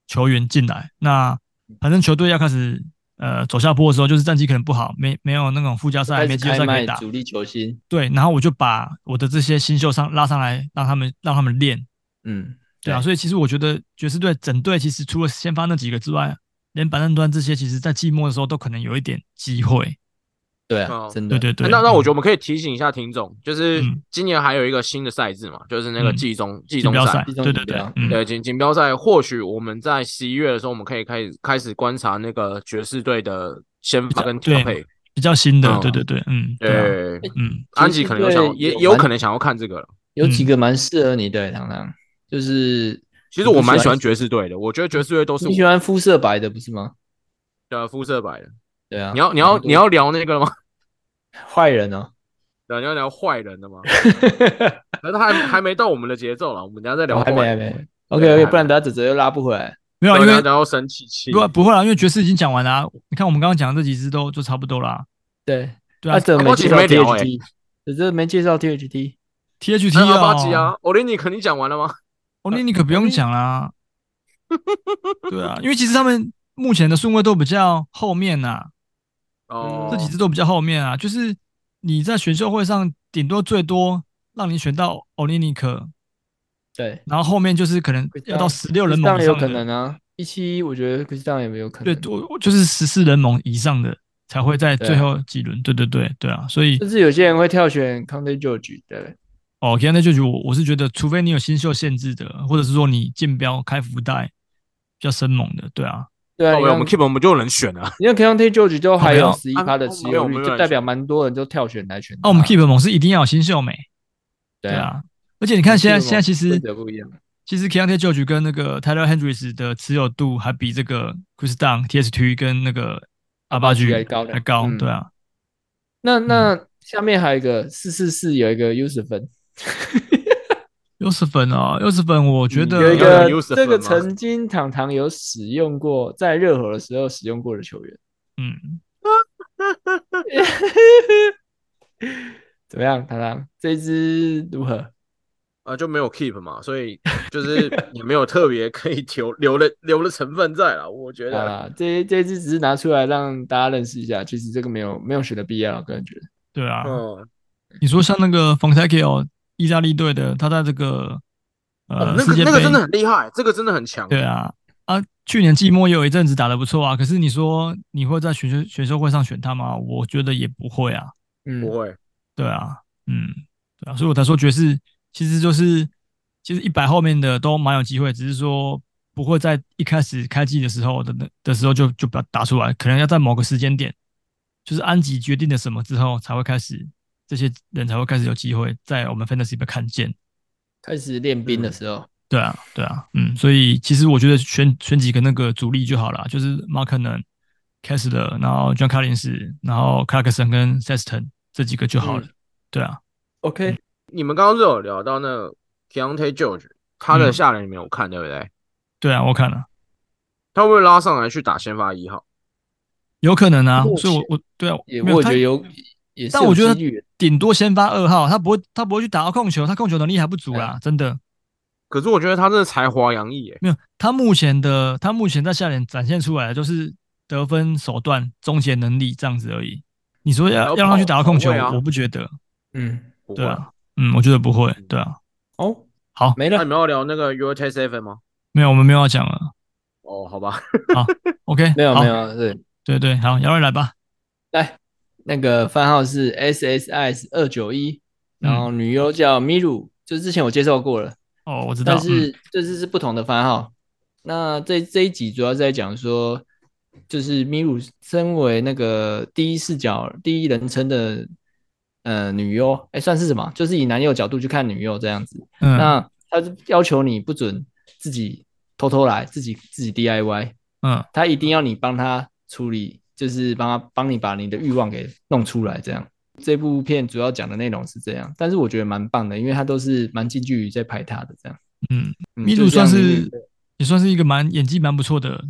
球员进来。那反正球队要开始呃走下坡的时候，就是战绩可能不好，没没有那种附加赛、开没始季后开赛可以卖打。主力球星，对，然后我就把我的这些新秀上拉上来，让他们让他们练。嗯，对啊，对所以其实我觉得爵士队整队其实除了先发那几个之外，连板凳端这些，其实在季末的时候都可能有一点机会。对啊，哦真的，对对对，嗯那那我觉得得我们可以提醒一下听众，就是嗯今年还有一个新的赛制嘛，就是那个嗯季中季锦中标赛赛，，季中对锦对对标，嗯，对，锦锦标赛，或许我们在十一月的时候，我们可以开始开始观察那个爵士队的先发跟调对配。比较新的，嗯对对对，嗯，对啊，对，嗯，安吉可能有想爵士队也也有有蛮可能想要看这个了。有几个蛮适合你的，糖糖，就是其实我蛮喜欢爵士队的，我觉得爵士队都是你喜我欢肤色白的不是吗？的肤色白的。对啊，你要你要你要聊那个吗？坏人哦，对，你要聊坏 *laughs* 人的吗？可是他还还没到我们的节奏了，我们等一下再聊我坏哦还人。没还没，OK 对还 OK，没不然等下哲哲又拉不回来。没有啊，对，因然为后然后生气气。不不会啦，因为爵士已经讲完啦、你看我们刚刚讲的这几支都就差不多啦。对，对啊阿哲啊没我介其实绍没聊欸 THT，哲哲没介绍 THT， ，THT 那哦，阿巴基啊，欧林尼肯定讲完了吗？哦，那你可不用讲哎 *laughs* 啦。对啊，因为其实他们目前的顺位都比较后面啊呐、哦，这几支都比较后面啊。就是你在选秀会上顶多最多让你选到欧尼尼克，对，然后后面就是可能要到十六人盟当以然有上可的，能啊，一七一我觉得可是当然也有可对能，，我我就是十四人盟以上的才会在对啊最后几轮。对对对对啊，所以甚至有些人会跳选 Conte George，对，哦，现在就觉得我我是觉得，除非你有新秀限制的，或者是说你竞标开福袋比较生猛的，对啊，对啊，哦你喂我们看 keep 我们就能选啊。你看 Conte George 都还没有有十一啊趴的哦持没有有没率，有就人代表蛮多人都跳选来选他。那哦我们 keep 猛是一定要有新秀美，啊对对，啊，而且你看现在现在其实规则不一样，其实 k a n t e George 跟那个 Tyler Hendricks 的持有度还比这个 Chris Dunn、TST 跟那个阿巴 Abadji G 还高的还高，嗯对啊，那那下面还有一个四四四，有一个 user 分，又是粉哦，又是粉，我觉有得一要个有 Yusuf 这个吗曾经堂堂有使用过，在热火的时候使用过的球员，嗯，怎么样，堂堂这一支如何？啊，就没有 keep 嘛，所以就是也没有特别可以留留的留的成分在了。我觉得啊，这这一支只是拿出来让大家认识一下，其实这个没有没有选的必要，我个人觉得。对啊，嗯，你说像那个 f o n t e c i o 意大利队的，他在这个哦呃那世个界那个杯真的很厉害，这个真的很强。对啊，啊，去年季末也有一阵子打得不错啊。可是你说你会在选秀选秀会上选他吗？我觉得也不会啊。嗯不，会，对啊，嗯，对啊，所以我才说爵士其实就是其实一百后面的都蛮有机会，只是说不会在一开始开季的时候的的时候就就把它打出来，可能要在某个时间点，就是安吉决定了什么之后才会开始。这些人才会开始有机会在我们 fantasy 被看见，开始练兵的时候，对啊，对啊，嗯，所以其实我觉得选选几个那个主力就好了，就是马可能、k e s s l e r 然后 John Collins，然后 Clarkson 跟 Sexton 这几个就好了。对啊， OK，你们刚刚是有聊到那 k e o n t e George，他的嗯下人你没有看对不对？对啊，我看了，他会不会拉上来去打先发一号？有可能啊目，所前以我我对啊，也没有我觉得，他有，也是但我觉有得几率的顶多先发二号，他不会他不会去打到控球，他控球能力还不足啦，真的可是我觉得他真的才华洋溢耶，没有。他目前的他目前在下联展现出来的就是得分手段、终结能力这样子而已。你说还要要有让他跑去打到控球，跑位啊我不觉得，嗯，不会对。啊，嗯，我觉得不会，对啊。哦，好没那了你，们要聊那个 Your Test Seven 吗？没有，我们没有要讲了。哦，好吧， OK，没有好没，有，对，对对，好，姚瑞来吧。来，那个番号是 SSIS 二九一，嗯然后女优叫 Miru，就之前我介绍过了，哦，我知道，嗯但是这次是不同的番号。那这这一集主要是在讲说，就是米鲁身为那个第一视角、第一人称的呃女优，哎、算是什么？就是以男友角度去看女优这样子。嗯那他就要求你不准自己偷偷来，自己自己 DIY，嗯他一定要你帮他处理，就是帮他帮你把你的欲望给弄出来，这样。这部片主要讲的内容是这样，但是我觉得蛮棒的，因为他都是蛮近距离在拍他的这样。嗯，嗯米就鲁算像米是鲁也算是一个蛮演技蛮不错的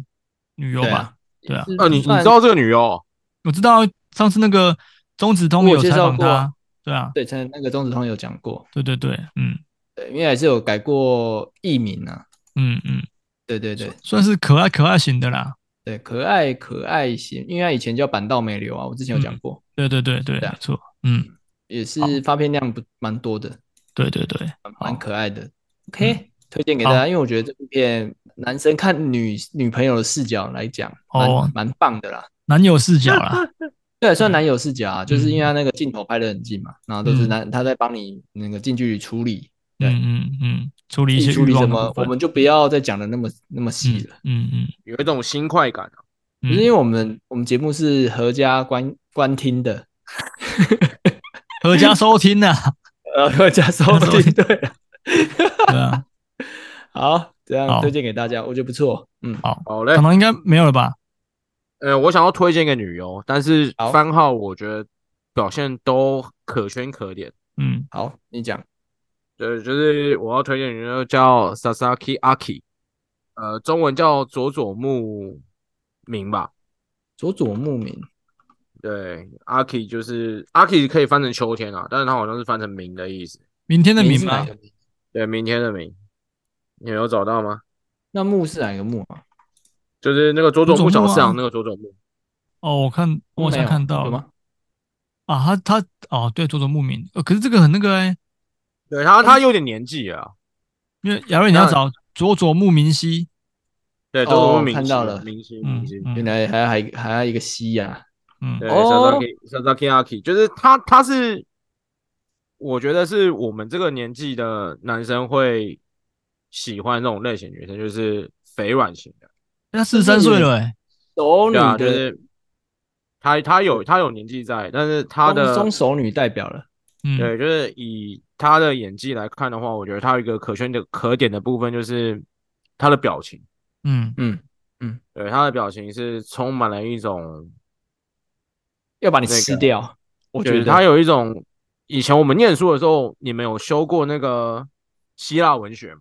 女优对吧啊？对啊，哦，你你知道这个女优哦我知道上次那个中子通我有介采绍访过她啊，对啊，对，曾那个钟子通有讲过，对对对，嗯对，因为还是有改过艺名啊，嗯嗯，对对对算是可爱可爱型的啦。对，可爱可爱型，因为他以前叫板道美流啊，我之前有讲过，对对对对，对啊没错，嗯，也好是发片量不蛮多的，对对对，蛮好蛮可爱的。OK，、推荐给大家，因为我觉得这部片男生看女女朋友的视角来讲，蛮、哦嗯蛮棒的啦。男友视角啦，对，算男友视角啊，就是因嗯为他那个镜头拍的很近嘛，然后都是男、他在帮你那个近距离处理， *laughs* 对嗯嗯嗯，处理一自些己处欲理望什的么部，我分们就不要再讲的那么那么细了。嗯嗯有一种新快感啊。嗯，可是因为我们我们节目是合家观观 *laughs* 听的，合家收听呐，啊 *laughs* 呃，合家收听 *laughs* 听对啊。 *laughs* 对啊，好，这样好推荐给大家，我觉得不错。嗯，好嘞可，能应该没有了吧？呃，我想要推荐一个女优，但是好番号我觉得表现都可圈可点。嗯，好，你讲。对，就是我要推荐的女优叫 Sasaki Aki，呃，中文叫佐佐木明吧。佐佐木明，对，Aki 就是 Aki 可以翻成秋天啊，但是它好像是翻成明的意思。明天的明明是哪吗？个明？对，明天的明，你有找到吗？那木是哪个木啊？就是那个佐佐佐木佐小木市场啊那个佐佐木。哦，我看我好没像有看到有吗？啊，他他哦，对，佐佐木明，呃，可是这个很那个哎、对他，哎他有点年纪了啊。因为亚瑞你要那找佐佐木明熙，对，哦佐佐木明看星啊到了明星嗯明星。原嗯来还还还要一个啊西呀、嗯，对哦，Sasaki Sasaki Aki，就是他，他是我觉得是我们这个年纪的男生会喜欢这种类型女生，就是肥软型的。他四十三岁了哎、熟女对啊，的、就是他他有他有年纪在，但是他的中中熟女代表了。嗯对，就是以他的演技来看的话，我觉得他有一个可圈的可点的部分就是他的表情。嗯，嗯，对，他的表情是充满了一种，要把你那个吃掉。我就是觉得他有一种以前我们念书的时候，你们有修过那个希腊文学嘛？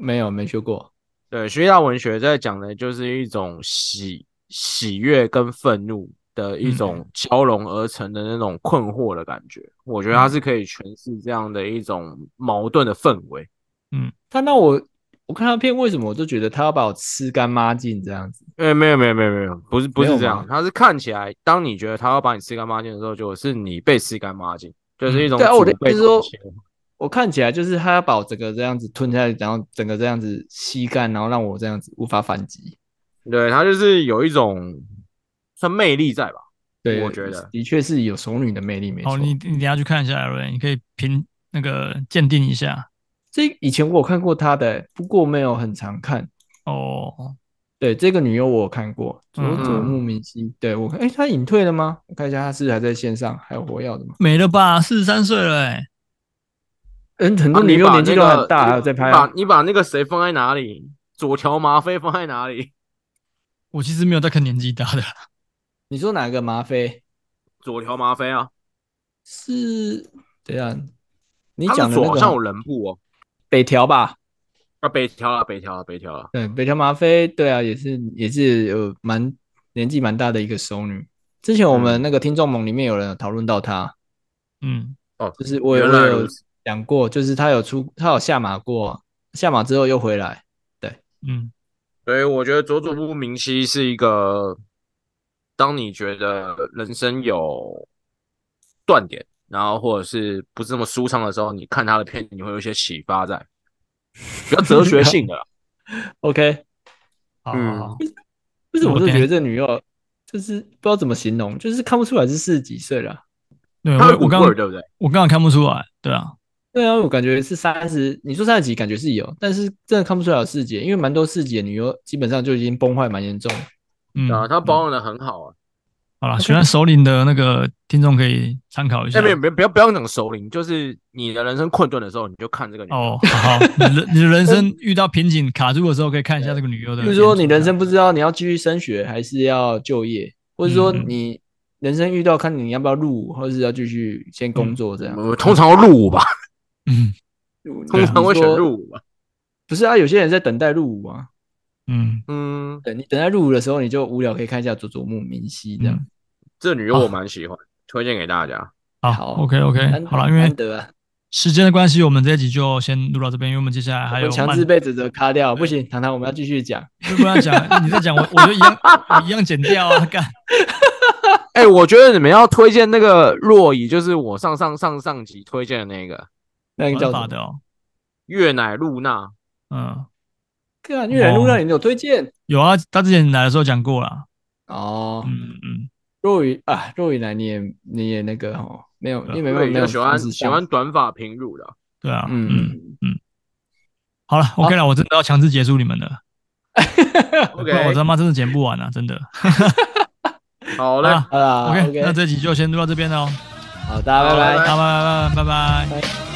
没有没学过。对，希腊文学在讲的就是一种喜喜悦跟愤怒的一嗯种交融而成的那种困惑的感觉。我觉得嗯他是可以诠释这样的一种矛盾的氛围。他那我我看他片，为什么我都觉得他要把我吃干抹净这样子？哎、没有没有没有没有，不是不没是有这吗样，他是看起来，当你觉得他要把你吃干抹净的时候，就是你被吃干抹净，就是一种对啊我的祖辈意思说空间我看起来就是他要把我整个这样子吞下去，然后整个这样子吸干，然后让我这样子无法反击。对他就是有一种算魅力在吧？对，我觉得的确是有熟女的魅力，没错。好，哦你你等一下去看一下亚瑞，你可以评那个鉴定一下这以前我有看过她的，不过没有很常看。哦，对，这个女优我有看过，佐嗯佐木明希。对我看，哎，她隐退了吗？我看一下，她是不是还在线上，还有活跃的吗？没了吧，四十三岁了哎、嗯，很那多女啊你优把年纪那都个很大，还有在拍啊。你把你把那个谁放在哪里？左条麻飞放在哪里？我其实没有在看年纪大的， *laughs* 你说哪个麻飞左条麻飞啊，是？等一下，你你讲的左那好个像有人部哦，北条吧？啊北条啊北条啊北条啊，对，北条麻妃，对啊，也是也是有蛮年纪蛮大的一个熟女。之前我嗯们那个听众盟里面有人有讨论到她，嗯就是我有原我来有如此，讲过，就是她有出她有下马过，下马之后又回来。嗯所以我觉得佐佐木明希是一个，当你觉得人生有断点，然后或者是不是那么舒畅的时候，你看他的片，你会有一些启发在，比较哲学性 *laughs* 的啦。 OK，好嗯好好，为什么我我就等下觉得这女优就是不知道怎么形容，就是看不出来是四十几岁了。对他我有股我味刚儿，对不对？我刚刚看不出来，对啊，对啊，我感觉是三十，你说三十几感觉是有，但是真的看不出来有四级，因为蛮多四级的女优基本上就已经崩坏蛮严重了。嗯对啊，他保养的很好啊。好了，喜欢首领的那个听众可以参考一下哎，没有，没有，不要不要讲首领，就是你的人生困顿的时候，你就看这个女的。哦，好，好你的你的人生遇到瓶颈卡住的时候，可以看一下这个女优的比演出。如说你人生不知道你要继续升学还是要就业，或者说嗯嗯你人生遇到看你要不要入伍，或者是要继续先工作这样。我通常会入伍吧，嗯入伍通常会选嗯入伍，伍吧。不是啊？有些人在等待入伍啊，嗯嗯，对你等待入伍的时候，你就无聊可以看一下佐佐木明熙这样。嗯，这哦女优我蛮喜欢，推荐给大家。好好，OK OK，难好了，因为难得啊，时间的关系，我们这一集就先录到这边，因为我们接下来还我有们强慢制被指责卡掉，不行，糖糖我们要继续讲。如果要讲，你再讲我 *laughs* 我就一样我一样剪掉啊，干，哎，我觉得你们要推荐那个若仪，就是我上上上上集推荐的那个那个叫玩什法么？的哦，月乃露娜。嗯，看越哦南路让你有推荐有啊，他之前来的时候讲过啦，哦。嗯嗯，若雨啊，若雨来你也你也那个哦，没有，对因为没对，有没有就喜欢事实喜上欢短发平 *laughs* 乳的。对啊，嗯，嗯，好了，OK 了，我真的要强制结束你们了，不 OK，然我他妈真的剪不完啊，真的。好好嘞，啦好啦 OK， ，OK，那这集就先录到这边喽，哦好，大家拜拜好，。拜拜拜拜拜拜。拜